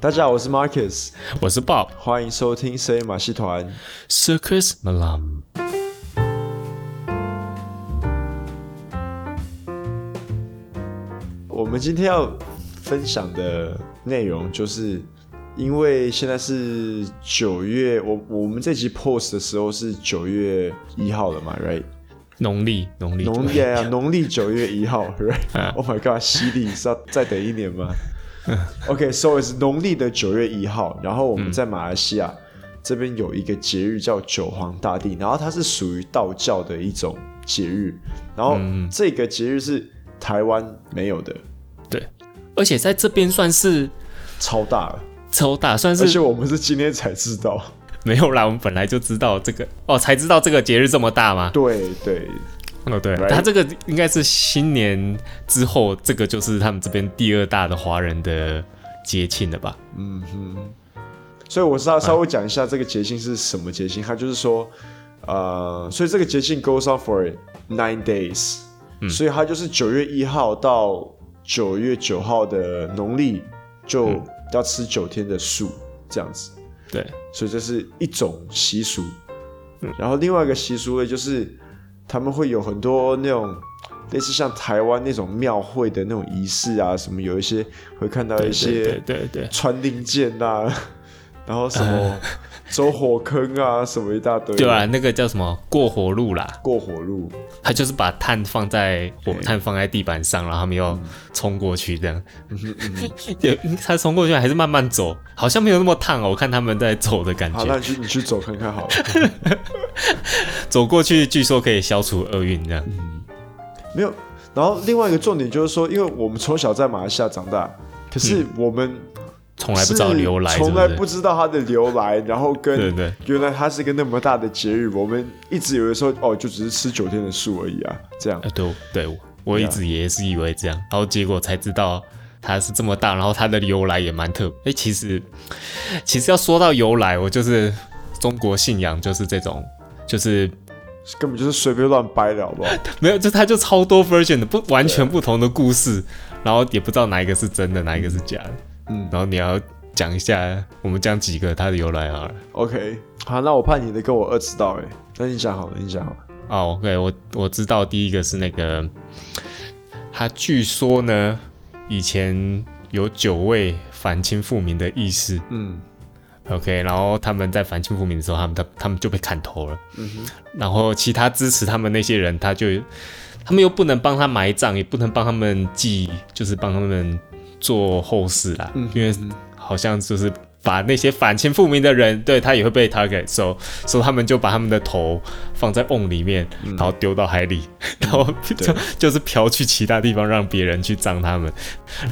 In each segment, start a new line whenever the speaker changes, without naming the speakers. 大家好，我是 Marcus，
我是 Bob
欢迎收听深夜马戏团。
Circus Malam。
我们今天要分享的内容，就是因为现在是九月，我我们这集 post 的时候是九月一号了嘛，right？
农历农历
农历 yeah, 农历九月一号
啊
，right？Oh Oh my god，犀利是要再等一年吗？OK，so、it's 农历的九月一号，然后我们在马来西亚、这边有一个节日叫九皇大帝，然后它是属于道教的一种节日，然后这个节日是台湾没有的，
对，而且在这边算是
超大了，
抽打，算
而且
是
我们是今天才知道，
没有啦。我们本来就知道这个哦，才知道这个节日这么大吗？
对对
哦，对
Right
他这个应该是新年之后，这个就是他们这边第二大的华人的节庆了吧？
所以我稍稍微讲一下这个节庆是什么节庆，它就是说，呃，所以这个节庆 goes on for nine days，、所以它就是九月一号到九月九号的农历就要吃九天的素这样子，
对，
所以这是一种习俗。然后另外一个习俗呢，就是他们会有很多那种类似像台湾那种庙会的那种仪式啊，什么有一些会看到一
对
些
对对对，
穿令箭呐、 然后什么 走火坑啊，什么一大堆，
对吧、啊？那个叫什么过火路啦，
过火路，
他就是把炭放在火炭放在地板上，然后他们要冲过去这样。
嗯
有他冲过去还是慢慢走，好像没有那么烫哦。我看他们在走的感
好，
觉
那，你去你去走看看好了。
走过去据说可以消除厄运这样。
嗯没有，然后另外一个重点就是说，因为我们从小在马来西亚长大，可是我们
嗯从来不知道
是
由来是
从
不
来
是？
不知道它的由来，然后
对
跟
对
原来它是一个那么大的节日，我们一直以为说哦，就只是吃九天的素而已啊，这样
呃，对对，我我一
啊
直也是以为这样，然后结果才知道它是这么大，然后它的由来也蛮特别。哎、其实其实要说到由来，我就是中国信仰就是这种，就是
根本就是随便乱掰的好不好？
没有，就它就超多 version 的，不完全不同的故事，然后也不知道哪一个是真的，哪一个是假的。
嗯
然后你要讲一下，我们讲几个它的由来好了。
，OK，好，那我怕你的跟我二知道哎、那你讲好了，你讲好了，
哦，OK，我我知道第一个是那个，他据说呢，以前有九位反清复明的义士
嗯。
，OK，然后他们在反清复明的时候，他们他他们就被砍头了，
嗯
然后其他支持他们那些人，他就他们又不能帮他埋葬，也不能帮他们祭，就是帮他们做后事啦，
嗯
因为好像就是。把那些反清复明的人，对他也会被 target，所、so, 所、以他们就把他们的头放在瓮里面，
嗯
然后丢到海里， 然后就就是飘去其他地方，让别人去葬他们，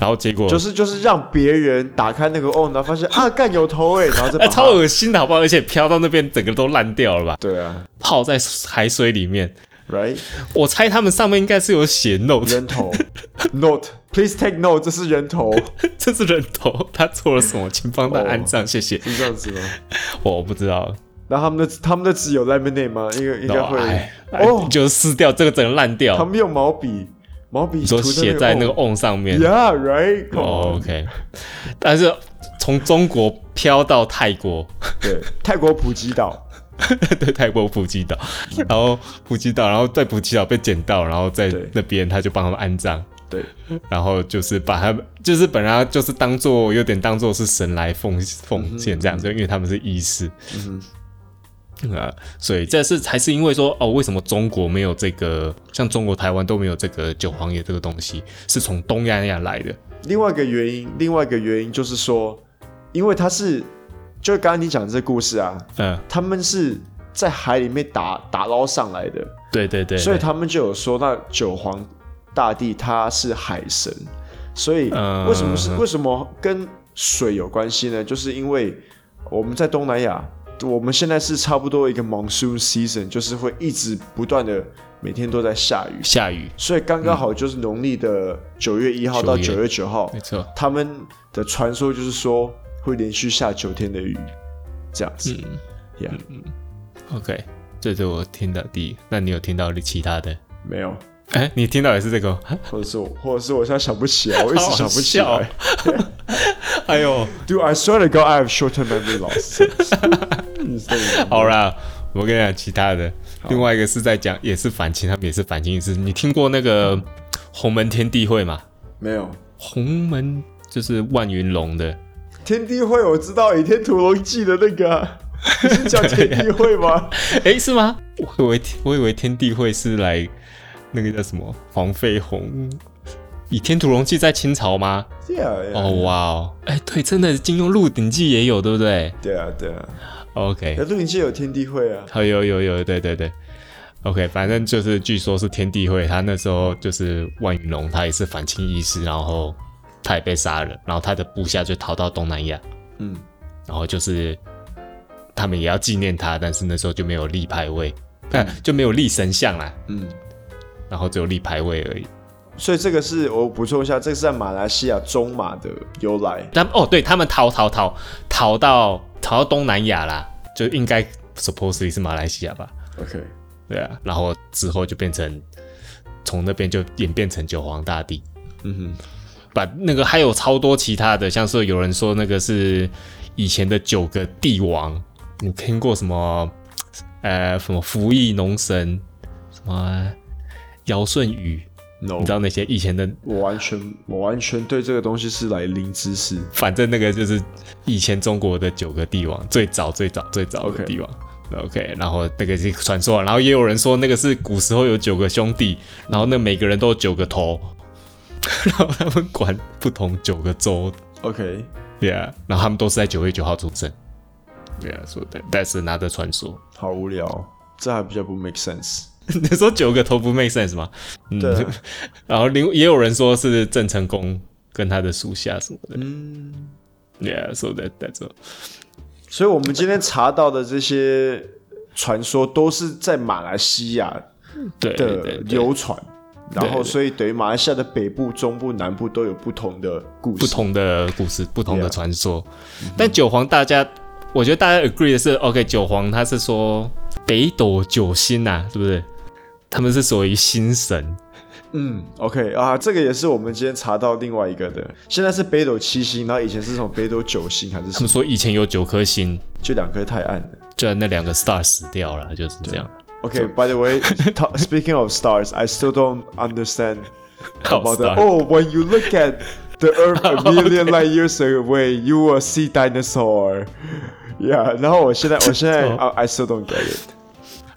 然后结果
就是就是让别人打开那个瓮，然后发现啊，干有头 哎、然后再把
哎、
它
超恶心的好不好？而且飘到那边，整个都烂掉了吧？
对啊
泡在海水里面，
，right
我猜他们上面应该是有血肉的，
人头 note please take note，这是人头，
这是人头，他做了什么？请帮他安葬，谢谢。
是这样子吗？哦
我不知道，
然后他们的他们的纸有 lemonade 吗？应该应该会
哎，哎
哦，
就撕掉，这个整个烂
他
掉，
们用毛笔毛笔
你说
涂
血在那个
瓮
瓮上面。
哦，yeah right，
哦 OK，但是从中国飘到泰国，
对，泰国普吉岛，
对泰国普吉岛，然后普吉岛，然后在普吉岛被捡到，然后在
对
那边他就帮他们安葬，
对，
然后就是把他们，就是本来就是当做有点当做是神来奉奉献这样子，因为他们是医师，嗯啊，所以这是才是因为说哦，为什么中国没有这个，像中国台湾都没有这个九皇爷这个东西，是从东南亚来的，
另外一个原因，另外一个原因就是说，因为他是就刚刚你讲的这故事啊，
嗯，
他们是在海里面打打捞上来的。
对对对，
所以
对
他们就有说，那九皇大帝他是海神，所以
嗯
为什么是、为什么跟水有关系呢？就是因为我们在东南亚，我们现在是差不多一个 monsoon season，就是会一直不断的每天都在下雨，
下雨，
所以刚刚好就是农历的九月一号到
九
九
月
月九号
没，错，
他们的传说就是说会连续下九天的雨，这样子。
嗯
Yeah，
，OK，这是我听到第一，那你有听到其他的？
没有，
哎，你听到也是这个哦？
或者是我，或者是我现在想不起来，我一直
好
想不起
笑
来。
哎呦，
Dude, I swear to God, I have short-term memory loss. It's like-
好啦，我跟你讲其他的，另外一个是在讲也是反清，他们也是反清一次。你听过那个鸿门天地会吗？
没有
鸿门就是万云龙的，
天地会，我知道《倚天屠龙记》的那个 啊，你是讲天地会吗？
哎、是吗？我以为我以为天地会是来那个叫什么黄飞鸿。倚天屠龙记在清朝吗？
yeah, yeah.
哦哇哦，哎、对，真的金庸《鹿鼎记》也有，对不对
对啊，对啊，
？OK，
可是鹿鼎记有天地会啊。
好有有有，对对对。OK，反正就是据说是天地会，他那时候就是万云龙，他也是反清义士，然后他也被杀了，然后他的部下就逃到东南亚，
嗯，
然后就是他们也要纪念他，但是那时候就没有立牌位，呃就没有立神像啦，
嗯，
然后只有立牌位而已。
所以这个是我补充一下，这个是在马来西亚中马的由来。
他们哦，对他们逃逃逃逃到逃到东南亚啦，就应该 supposedly 是马来西亚吧？
OK，
对啊，然后之后就变成从那边就演变成九皇大帝。
嗯
把那个还有超多其他的，像是有人说那个是以前的九个帝王，你听过什么？呃，什么服役农神，什么尧舜禹，
哼，No，
你知道那些以前的，
我完全我完全对这个东西是来零知识。
反正那个就是以前中国的九个帝王，最早最早最早的
OK
帝王。OK，然后那个是传说，然后也有人说那个是古时候有九个兄弟，然后那每个人都有九个头， 然后他们管不同九个州
OK，
Yeah，然后他们都是在九月九号出生。Yeah，说的，但是拿着传说，
好无聊，这还比较不 make sense。
你说九个头不 make sense 吗？嗯
对啊。
然后另也有人说是郑成功跟他的属下什么的。
嗯。
Yeah，说的 that's all。
所以我们今天查到的这些传说都是在马来西亚
对对
的
对，对
流传，然后所以等于马来西亚的北部、中部、南部都有不同的故事。
不同的故事，不同的
Yeah
传说。但九皇大家，我觉得大家 agree 的是，OK，九皇他是说北斗九星呐、啊，是不是？他们是属于星神。
嗯，OK 啊，这个也是我们今天查到另外一个的。现在是北斗七星，然后以前是什么北斗九星还是
他
什
们
么？
说以前有九颗星，
就两颗太暗了。
就那两个 star 死掉了，就是这样。
OK，by、the way，speaking of stars，I still don't understand
How
about the
star
oh when you look at the earth a million light years away you will see dinosaur yeah 然后我现在我现在 I, I still don't get it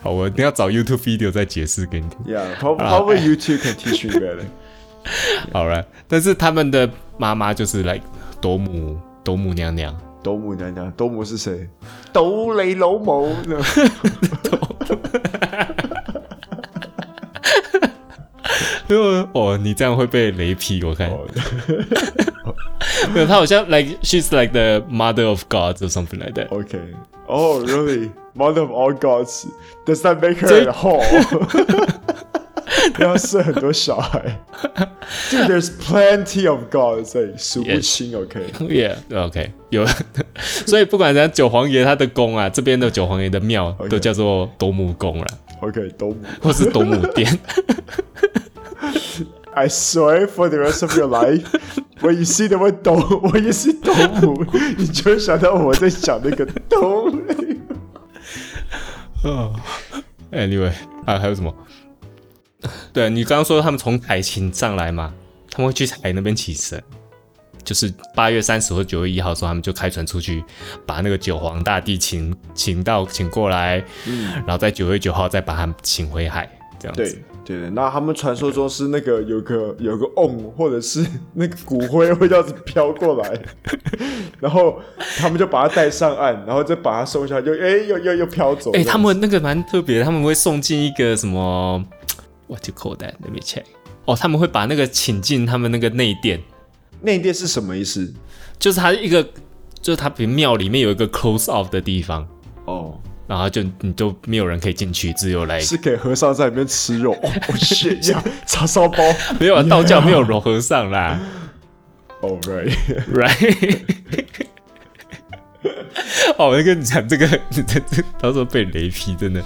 好，我一定要找 YouTube video 再解释给你听。
yeah prob- probably you two can teach me better
好了，但是他们的妈妈就是来斗母斗母娘娘，
斗母娘娘斗母是谁斗雷老母
对哦，你这样会被雷劈。我看， 没有，她好像 like she's like the mother of God or something like that。
okay oh really mother of all gods does that make her
这-
at whole 要生很多小孩 Dude, there's plenty of gods. 哎，数不
Yes.
清。OK，
Yeah，OK，、有， 所以不管怎样，九皇爷他的宫啊，这边的九皇爷的庙
OK
都叫做斗母宫了，
OK，斗母。
或是斗母殿。
I swear for the rest of your life, when you see the word 斗，when you see 斗母，你就会想到我在讲那个斗。
哦 Anyway，还、啊还有什么？对啊你刚刚说他们从海琴上来嘛，他们会去海那边起神，就是八月三十或九月一号的时候，他们就开船出去，把那个九皇大帝请请到请过来，然后在九月九号再把他们请回海，这样
对
子。
对对，那他们传说中是那个有个有个瓮，或者是那个骨灰会这样子飘过来，然后他们就把它带上岸，然后再把它送下来，又哎、又又又飘走。
哎、他们那个蛮特别的，他们会送进一个什么？What do you call that? Let me check。哦，他们会把那个请进他们那个内殿，
内殿是什么意思？
就是它一个，就是它比如庙里面有一个 close off 的地方。
哦，
然后就你就没有人可以进去，只有来
是给和尚在里面吃肉。哦，我血呀，叉烧 包。
没有啊道教没有柔和 尚啦
Oh right，
，right？哦，我就跟你讲这个， 这这到时候被雷劈，真的。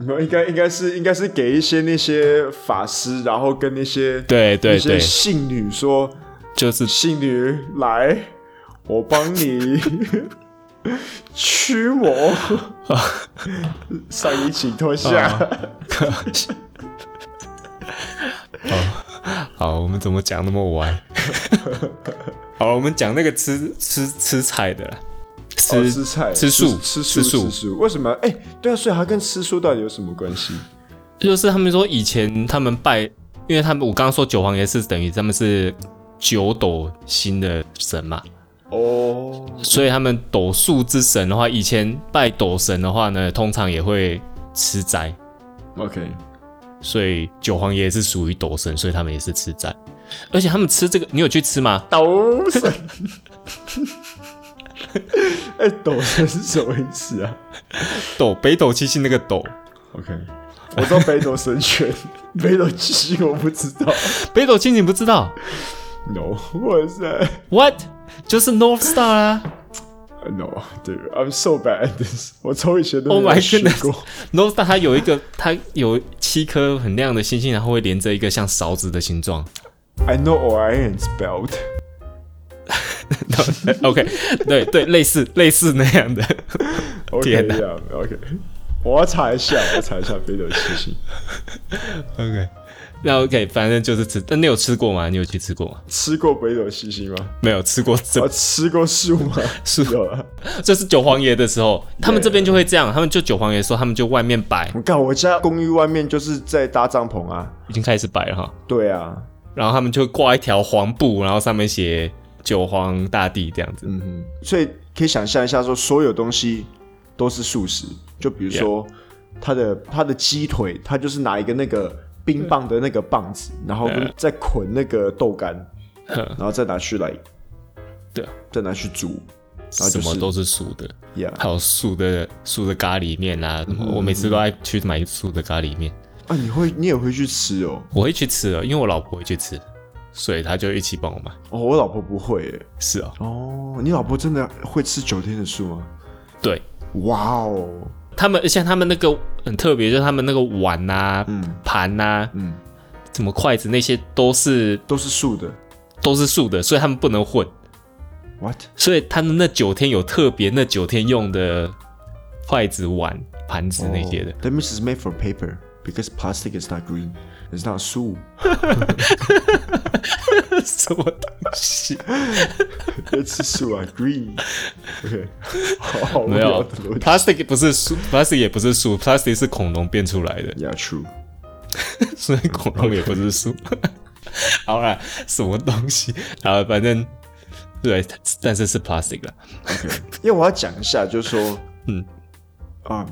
没 有，应该应该是应该是给一些那些法师，然后跟那些
对对
一些
对，
信女说，
就是
信女来，我帮你驱 魔，上衣请脱下。
啊哦好，我们怎么讲那么歪？ 好，我们讲那个吃吃吃菜的啦，吃、
哦吃菜、
吃素、
吃
吃
素、
素
吃，素，为什么要？哎，对啊，所以它跟吃素到底有什么关系？
就是他们说以前他们拜，因为他们我刚刚说九皇爷是等于他们是九斗星的神嘛，
哦，
所以他们斗数之神的话，以前拜斗神的话呢，通常也会吃斋，
OK，
所以九皇爷是属于斗神，所以他们也是吃斋，而且他们吃这个，你有去吃吗？
抖 神。哎、抖神是什么意思啊
斗北斗七星那个斗，
？OK，我知道北斗神 拳，北斗七星我不知道。
北斗七星你不知道
No，哇塞
？What？就是 North Star 啊。
，No，dude，I'm so bad at this。我从以前都
Oh
没
my
有学过。
n o s t a 它有一个，它有七颗很亮的星星，然后会连着一个像勺子的形状。
I know Orion's belt。
OK，对对，类似类似那样的。
OK
天哪
呀，OK。我要查一下，我要查一下北斗七星。
OK，那 OK，反正就是吃。但你有吃过吗？你有去吃过吗？
吃过北斗七星吗？
没有吃过这
啊，吃过树吗？
树
有啊。
就是九皇爷的时候，他们这边就会这样，他们就九皇爷的时候，他们就外面摆，
我看我家公寓外面就是在搭帐篷啊。
已经开始摆了哈。
对啊，
然后他们就会挂一条黄布，然后上面写九皇大帝这样子。
嗯哼，所以可以想象一下说所有东西都是素食，就比如说它的它的鸡腿，它就是拿一个那个冰棒的那个棒子，然后跟再捆那个豆干，然后再拿去来，
对啊，
再拿去煮，然后就
什
是
么都是素的，
呀、
还有素的素的咖喱面啊，什么、
嗯
我每次都爱去买素的咖喱面，
啊，你会你也会去吃哦？
我会去吃的，因为我老婆会去吃，所以她就一起帮我买。
哦，我老婆不会耶。
是啊，
哦，你老婆真的会吃九天的素吗？
对
哇哦，
他们，像他们那个很特别，就是他们那个碗啊、盘啊、
嗯，
什么筷子那些都是
都是素的。
都是素的，所以他们不能混，
What？
所以他们那九天有特别那九天用的筷子、碗、盘子那些的。
Oh, that means it's made from paper because plastic is not green. It's not 素
什么东西？
，it's 素啊，green。OK，好 Oh, 好无
没
聊
有
的逻辑。
，plastic 不是素，plastic 也不是素，plastic 是恐龙变出 来的。
Yeah, true.
所以恐龙也不是树。 好啦，什么东西？啊，反正对，但是是 plastic 啦。
因为我要讲一下，就是说，
嗯，
啊、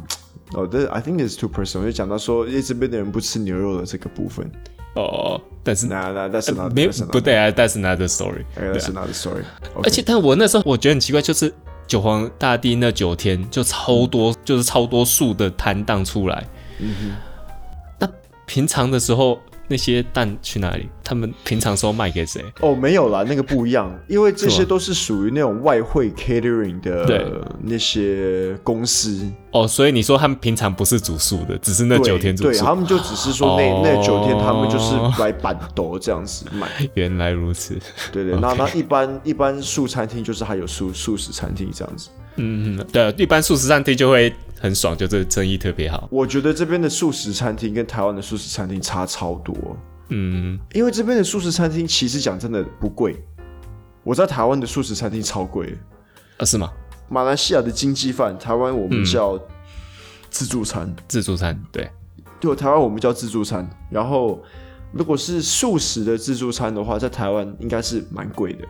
哦，这 I think it's too personal。就讲到说，因为这边的人不吃牛肉的这个部分。
哦，但是
那那但是呢，
没有
that's another-
不对啊，但是 another story。
哎，that's another story。
而且，但我那时候我觉得很奇怪，就是九皇大帝那九天就超多，就是超多树的摊档出来。嗯那平常的时候。那些蛋去哪里？他们平常时候卖给谁？
哦，没有啦，那个不一样，因为这
是
些
吗
都是属于那种外汇 catering
对
的那些公司，
哦，所以你说他们平常不是煮素的，只是那
对
九天煮
对，
素。
他们就只是说那、
哦
那九天他们就是来板斗这样子卖，
原来如此。
对 对。那那一般一般素餐厅就是还有素素食餐厅这样子。
嗯，对，一般素食餐厅就会很爽，就是生意特别好。
我觉得这边的素食餐厅跟台湾的素食餐厅差超多，
嗯，
因为这边的素食餐厅其实讲真的不贵，我在台湾的素食餐厅超贵，
啊是吗？
马来西亚的经济饭，台湾我们叫自助餐。
自助餐对，
对，台湾我们叫自助餐，然后如果是素食的自助餐的话，在台湾应该是蛮贵的。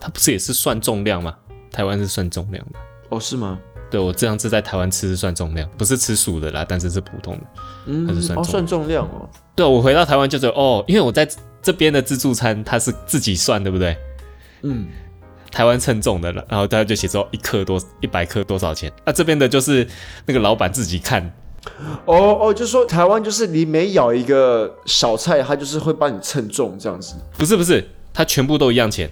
它不是也是算重量吗？台湾是算重量的。
哦，是吗？
对我这样子在台湾吃是算重量，不是吃素的啦，但是是普通的。
嗯
还是算
哦，
重
算重量哦。
对我回到台湾就是哦，因为我在这边的自助餐它是自己算，对不对？
嗯，
台湾称重的，然后他就写说一克多一百克多少钱，那、这边的就是那个老板自己看，
哦哦，就说台湾就是你每咬一个小菜，它就是会帮你称重这样子。
不是不是，他全部都一样钱，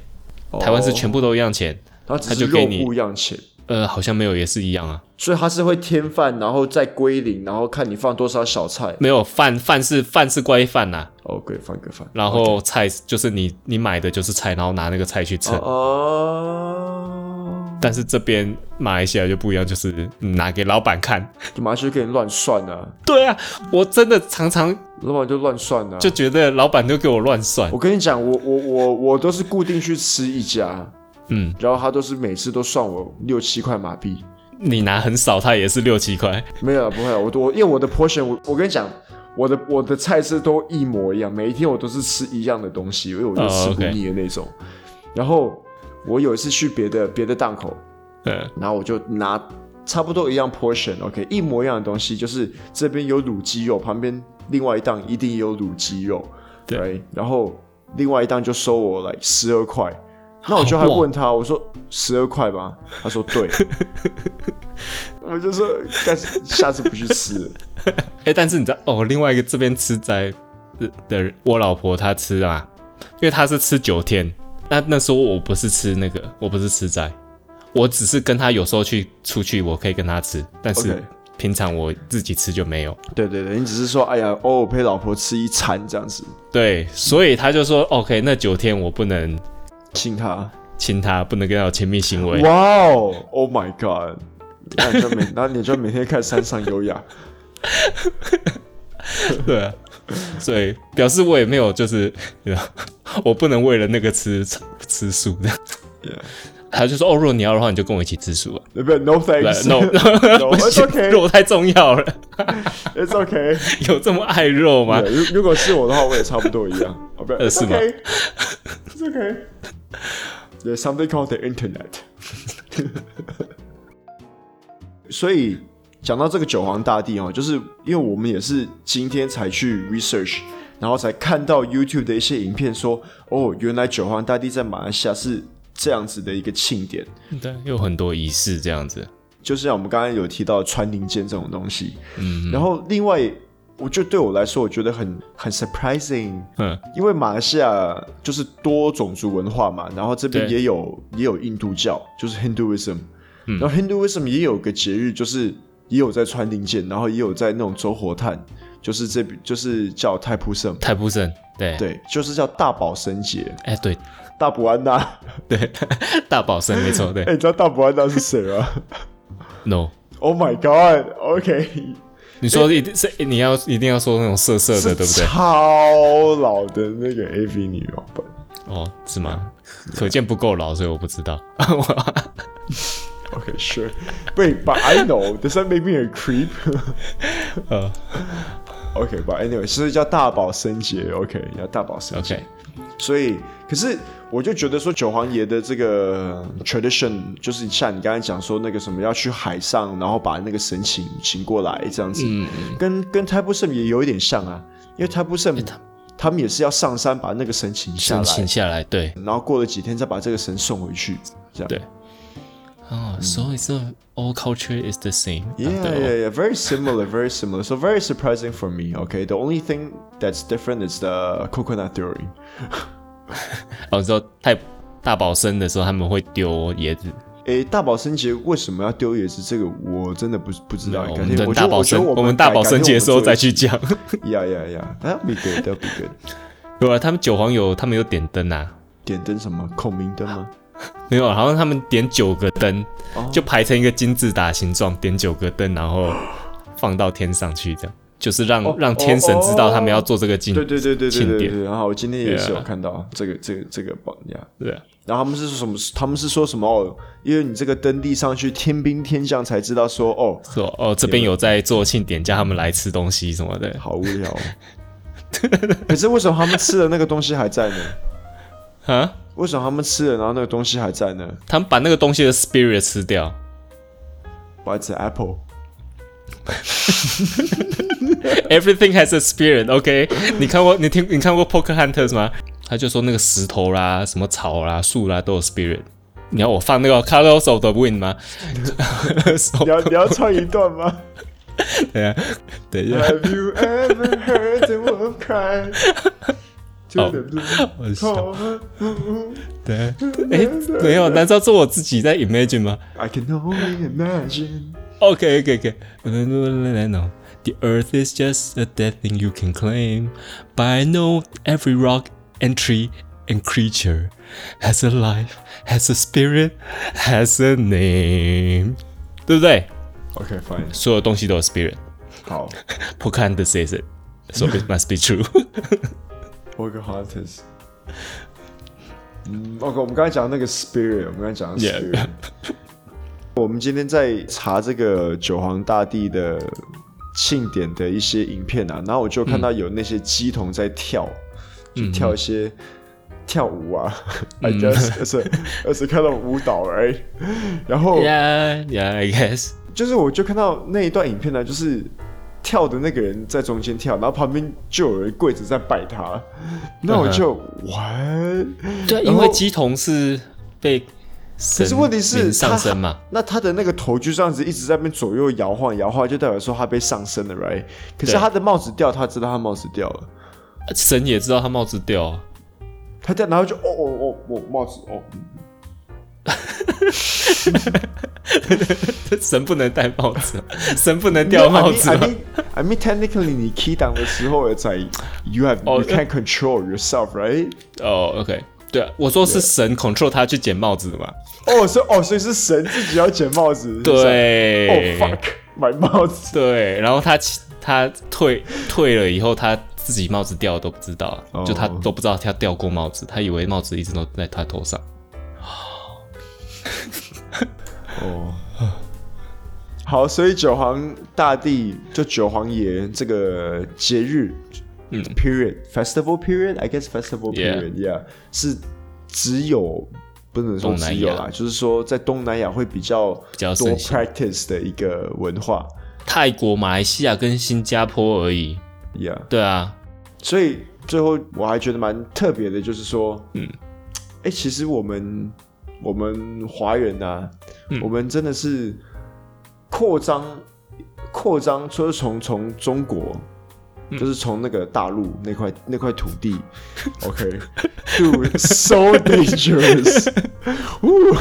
哦
台湾是全
部，
部都一样钱，
然后只
它
是
就
肉
给你
不一样钱，
呃，好像没有也是一样啊。
所以它是会添饭，然后再归零，然后看你放多少小菜。
没有饭，饭是饭是规范啦，
哦，可以放个饭。
然后菜就是你你买的就是菜，然后拿那个菜去称。
哦。
但是这边马来西亚就不一样，就是拿给老板看。
马上就给你乱算啊，
对啊，我真的常常
老板就乱算啊。
就觉得老板都给我乱算
我。跟你讲，我我我我都是固定去吃一家，
嗯，
然后他都是每次都算我六七块马币。
你拿很少，他也是六七块。
没有啦，啊不会啦，我我因为我的 portion，我我跟你讲，我的我的菜色都一模一样，每一天我都是吃一样的东西，因为我就
哦
吃不
OK
腻的那种。然后我有一次去别的别的档口，
嗯
然后我就拿差不多一样 portion，OK，、一模一样的东西，就是这边有卤鸡肉，旁边另外一档一定有卤鸡肉，
对
，right? 然后另外一档就收我来十二块，那我就还问他，我说十二块吧，他说对， 我就说但是下次不去吃了，
哎、但是你知道哦，另外一个这边吃斋的的人我老婆她吃啊，因为她是吃九天。那那时候我不是吃那个，我不是吃斋，我只是跟她有时候去出去，我可以跟她吃，但是
OK
平常我自己吃就没有。
对对对，你只是说哎呀，偶尔陪老婆吃一餐这样子，
对，所以她就说 OK，那九天我不能
请他，
亲她，不能跟她有亲密行为。
哇哦，Oh my God，那你就每 那你就每天看山上优雅。
对啊，所以表示我也没有，就是你知道我不能为了那个吃吃素的。
Yeah
他就说：“哦，如果你要的话，你就跟我一起吃素啊。
No, but no
来
thanks.
，no，
no,
不
it's
行
okay.
肉太重要了，
It's okay.
有这么爱肉吗？
对如如果是我的话，我也差不多一样。哦，不，
呃
it's
是吗
okay. It's okay. There's something called the internet. 所以讲到这个九皇大帝哦，就是因为我们也是今天才去 research，然后才看到 YouTube 的一些影片说，哦，原来九皇大帝在马来西亚是这样子的一个庆典。
对，有很多仪式这样子。
就是像我们刚刚有提到穿林间这种东西，嗯，然后另外，我就对我来说，我觉得很很 surprising，
嗯，
因为马来西亚就是多种族文化嘛，然后这边
对
也有也有印度教，就是 Hinduism，、然
嗯
后 Hinduism 也有个节日，就是也有在穿林间，然后也有在那种走火炭，就是这就是叫泰普圣，
太不正，对，
对，就是叫大宝生节，
哎，对，
大补安娜，
大宝生没 错，对
哎、你知道大补安娜是谁吗
，no。
？Oh my God，OK、
你说一定是你要一定要说那种色色的，对不对？
超老的那个 AV 女优本，
哦，是吗？可见不够老，所以我不知道。 哦
Okay, sure. Wait, but I know. Does that make me a creep?
呃
okay, but anyway，所以叫大宝生节。OK，叫大宝生节。
，OK，
所以，可是我就觉得说，九皇爷的这个 tradition，就是像你刚才讲说那个什么要去海上，然后把那个神请请过来这样子，跟跟 t a b u s m 也有一点像啊，嗯因为 t a b u s m 他们也是要上山把那个神请下
申
来，
请下来，对，
然后过了几天再把这个神送回去，这样。
对哦，所以这 all culture is the same 啊。
Yeah,
对
yeah, yeah. Very similar, very similar. So very surprising for me. Okay, the only thing that's different is the coconut theory.
哦，你知道太大宝生的时候，他们会丢椰子。
诶，大宝生节为什么要丢椰子？这个我真的不不知道。
哦我
改
们
天啊
等
我觉
大
得
宝
我觉得
生，
我
们大宝生节的时候再去
改天
讲。
我 们做一集。Yeah, yeah, yeah. That'll be good. That'll be good.
有啊，他们九皇有他们有点灯啊，
点灯什么？孔明灯吗？
没有啊，好像他们点九个灯
哦，
就排成一个金字塔形状，点九个灯，然后放到天上去，这样就是让
哦
让天神知道他们要做这个
对
敬
对对对对对
庆
对
典
对。然后我今天也是有
Yeah
看到这个这个这个榜样。
对啊，
然后他们是说什么？他们是说什么？哦，因为你这个灯立上去，天兵天将才知道说，哦，
说哦这边有在做庆典，叫他们来吃东西什么的
好无聊、 哦。可是为什么他们吃的那个东西还在呢？
啊，
为什么他们吃了，然后那个东西还在呢
他们把那个东西的 spirit 吃掉。
？But it's apple.
Everything has a spirit, OK？你看过你听你看过 Poker Hunters 吗？他就说那个石头啦、什么草啦、树啦都有 spirit。你要我放那个 Colors of the Wind 吗？So-
你要你要唱一段吗
对啊，等一下，
？Have you ever heard the wolf cry to the blue
我笑。
cold
对啊，哎，没有，难道是我自己在 imagine 吗
I can only imagine.
？OK OK OK。No. The earth is just a dead thing you can claim, but I know every rock and tree and creature. has a life, has a spirit, has a name，对不对？
OK fine，
所有东西都有 spirit。
好
Pocan t h says it, so it must be true
，work hard test。嗯，OK，我们刚才讲的那个 spirit，我们刚才讲的 spirit。
Yeah
我们今天在查这个九皇大帝的庆典的一些影片啊，然后我就看到有那些鸡童在跳，就跳一些跳舞啊、i guess 而是而是看到舞蹈而已。然 后
Yeah, yeah, I guess.
就是我就看到那一段影片呢，就是跳的那个人在中间跳，然后旁边就有人跪着在拜 他，那我就完。
对，
然
因
后
为鸡童是被神
可是问题是
明
他
上升嘛，
那他的那个头就这样子一直在那边左右摇晃摇晃，就代表说他被上身了，right？可是
对
他的帽子掉，他知道他帽子掉了，
神也知道他帽子掉啊。
他掉，然后就哦哦哦哦帽子哦，
神不能戴帽子， 神不能掉帽子
I mean, I
吗。
mean, I mean technically 你 key 档的时候才 you have you
哦
can control yourself, right？
哦，OK，对啊，我说是神 control 他去捡帽子的嘛。
哦，所以哦，所以是神自己要捡帽子，哦、
对
fuck，买帽子。
对，然后他其他退退了以后，他自己帽子掉了都不知道啊
哦
就他都不知道他掉过帽子，他以为帽子一直都在他头上。
哦， 好，所以九皇大帝就九皇爷这个节日，嗯，period festival period，I guess festival
Yeah
period，yeah，是只有不能说
东南
只
亚
有啦，就是说在东南亚会比较
较
多
盛行
practice 的一个文化
泰国、马来西亚跟新加坡而已。
，yeah，
对啊，
所以最后我还觉得蛮特别的，就是说，嗯，哎、其实我们我们华人啊，我们真的是扩张扩张，就是从从中国。就是从那个大陆那块那块土地，OK，dude so dangerous，Woo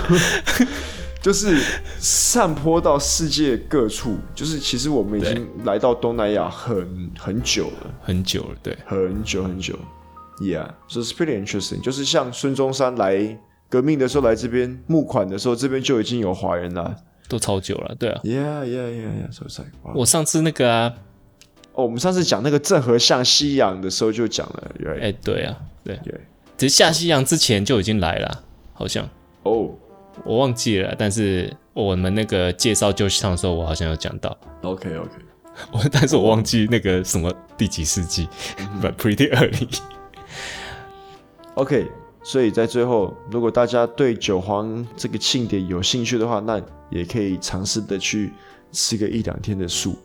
就是散播到世界各处。就是其实我们已经来到东南亚很很久了，
很久了，对，
很久很久。Yeah, so it's pretty interesting. 就是像孙中山来革命的时候来这边募款的时候，这边就已经有华人啦。
都超久了，对啊。
Yeah, yeah, yeah, yeah. So it's like, wow.
我上次那个啊，
哦，我们上次讲那个郑和下西洋的时候就讲了
哎、
，right?
对啊，对，
Yeah.
只是下西洋之前就已经来了，啊好像
Oh,
我忘记了，但是我们那个介绍就上的时候，我好像有讲 到，
OK, OK.
我但是我忘记那个什么第几世纪，but pretty early。
OK，所以在最后，如果大家对九皇这个庆典有兴趣的话，那也可以尝试的去吃个一两天的素。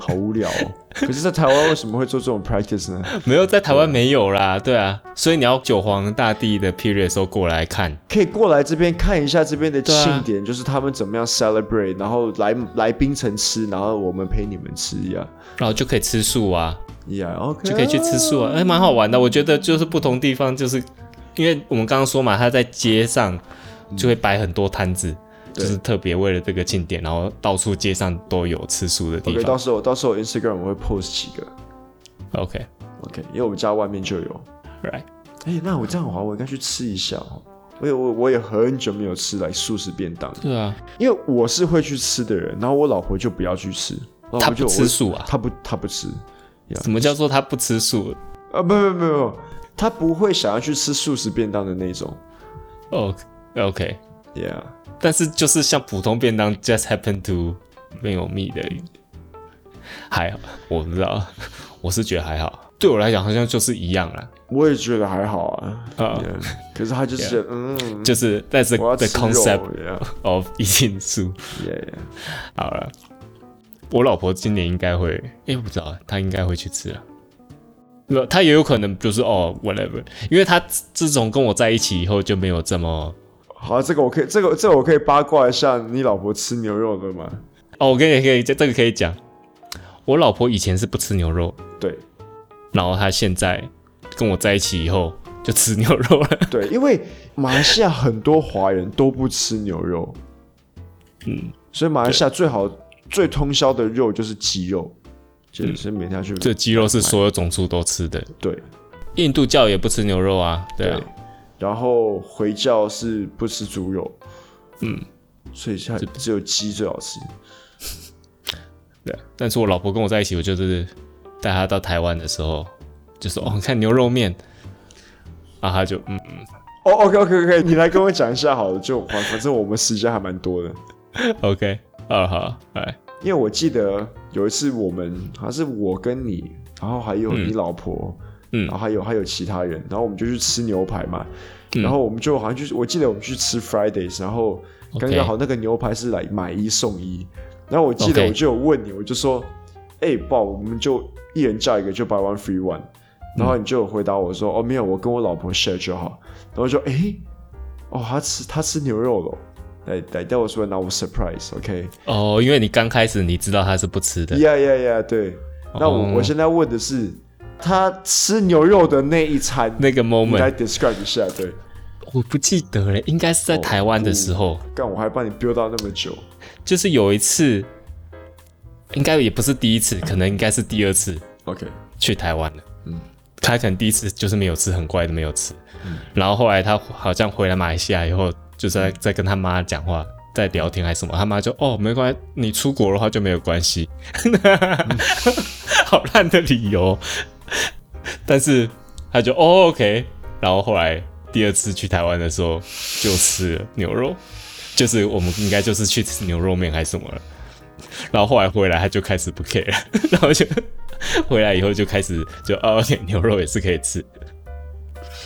好无聊哦！可是，在台湾为什么会做这种 practice 呢？
没有在台湾没有啦，对啊，所以你要九皇大帝的 period 的时候过来看，
可以过来这边看一下这边的
对啊
庆典，就是他们怎么样 celebrate，然后来来槟城吃，然后我们陪你们吃呀
然后就可以吃素啊，
呀，OK，
就可以去吃素啊，哎、蛮好玩的。我觉得就是不同地方，就是因为我们刚刚说嘛，他在街上就会摆很多摊子，就是特别为了这个庆典，然后到处街上都有吃素的地
OK，
方
到。时候到时候 Instagram 我会 post 几个
OK，right，、
OK，因为我们家外面就有。哎、那我这样的话，我应该去吃一下哦。我也我我也很久没有吃来素食便当，
对啊，
因为我是会去吃的人，然后我老婆就不要去吃，我老
他
婆
不
就
吃，素啊
我？她不她不吃，
什么叫做他不吃素
啊不不不不，她不会想要去吃素食便当的那种
哦？OK，
，Yeah。
但是就是像普通便当，just happen to 没有 meat 而已，还好，我不知道，我是觉得还好，对我来讲好像就是一样啦，
我也觉得还好啊
啊
yeah 可是他就是觉得嗯，
就是 that's the,
我要
the
吃肉
concept
yeah
of 一定素。
yeah, yeah.
好了，我老婆今年应该会，诶，我不知道，她应该会去吃啊。那她也有可能就是哦，whatever，因为她自自从跟我在一起以后就没有这么
好，这个我可以，这个这个我可以八卦一下你老婆吃牛肉的吗？
哦，我跟你可以这这个可以讲，我老婆以前是不吃牛肉，
对
然后她现在跟我在一起以后就吃牛肉 了。
对，因为马来西亚很多华人都不吃牛肉，
嗯，
所以马来西亚最好最通宵的肉就是鸡肉，
嗯
就是每天要去
这鸡肉是所有种族都吃的，
对
印度教也不吃牛肉啊，对啊，
然后回教是不吃猪肉，嗯，所以它只有鸡最好吃。
但是我老婆跟我在一起，我就是带她到台湾的时候，就说哦，你看牛肉面，啊，她就嗯，
哦、o k OK OK，你来跟我讲一下好了，就反反正我们时间还蛮多的，
OK，啊好，哎，
因为我记得有一次我们还是我跟你，然后还有你老婆，
嗯
然后还有还有其他人，然后我们就去吃牛排嘛，
嗯
嗯然后我们就好像就是我记得我们去吃 Fridays，然后
OK
刚刚好那个牛排是来买一送一，然后我记得
OK
我就有问你，我就说，哎、爸，我们就一人叫一个就 buy one free one，然后你就有回答我说，哦没有，我跟我老婆 share 就好，然后我就哎、哦他吃他吃牛肉了。哎，哎，that was when I was surprised，OK、
哦，因为你刚开始你知道她是不吃的，
呀呀呀，对。那我、
哦
我现在问的是，他吃牛肉的那一餐，
那个
你来
moment
describe 一下，对。
我不记得了，应该是在
哦
台湾的时候，
干，我还帮你 build 到那么久，
就是有一次，应该也不是第一次，可能应该是第二次，
OK，
去台湾了。嗯，他可能第一次就是没有吃，很乖的没有吃。然后后来他好像回来马来西亚以后，就在在跟他妈讲话，在聊天还是什么，他妈就哦没关系，你出国的话就没有关系，好烂的理由。但是他就哦 OK，然后后来第二次去台湾的时候就吃了牛肉，就是我们应该就是去吃牛肉面还是什么了。然后后来回来他就开始不 care，了 然后就回来以后就开始就哦，OK，牛肉也是可以吃，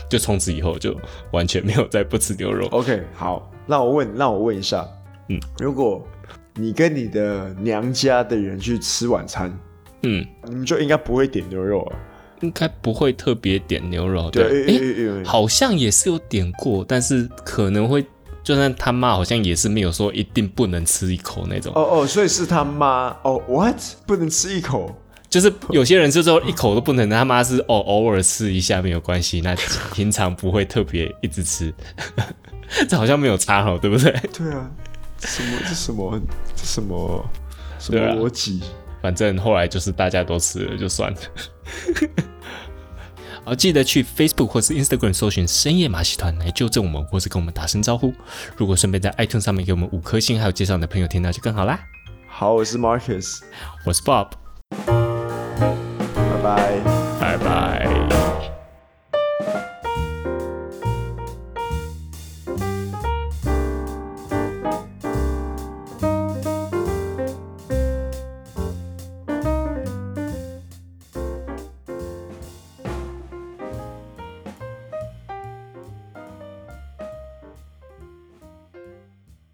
就从此以后就完全没有再不吃牛肉。
OK，好，让我问，让我问一下，
嗯，
如果你跟你的娘家的人去吃晚餐，
嗯，
你们就应该不会点牛肉啊，
应该不会特别点牛肉，
对，因
诶
为因为
好像也是有点过，但是可能会，就算他妈好像也是没有说一定不能吃一口那种，
哦哦，所以是他妈哦，what 不能吃一口，
就是有些人就说一口都不能，他妈是 哦偶尔吃一下没有关系，那平常不会特别一直吃， 这好像没有差哦，对不对？
对啊，这什么这什么这什么什么
对啊
逻辑？
反正后来就是大家都吃了，就算了。 好，记得去 Facebook 或是 Instagram 搜寻“深夜马戏团”来纠正我们，或是跟我们打声招呼。如果顺便在 iTunes 上面给我们五颗星，还有介绍你的朋友听到就更好啦。
好，我是 Marcus，
我是 Bob，
拜拜。
拜拜。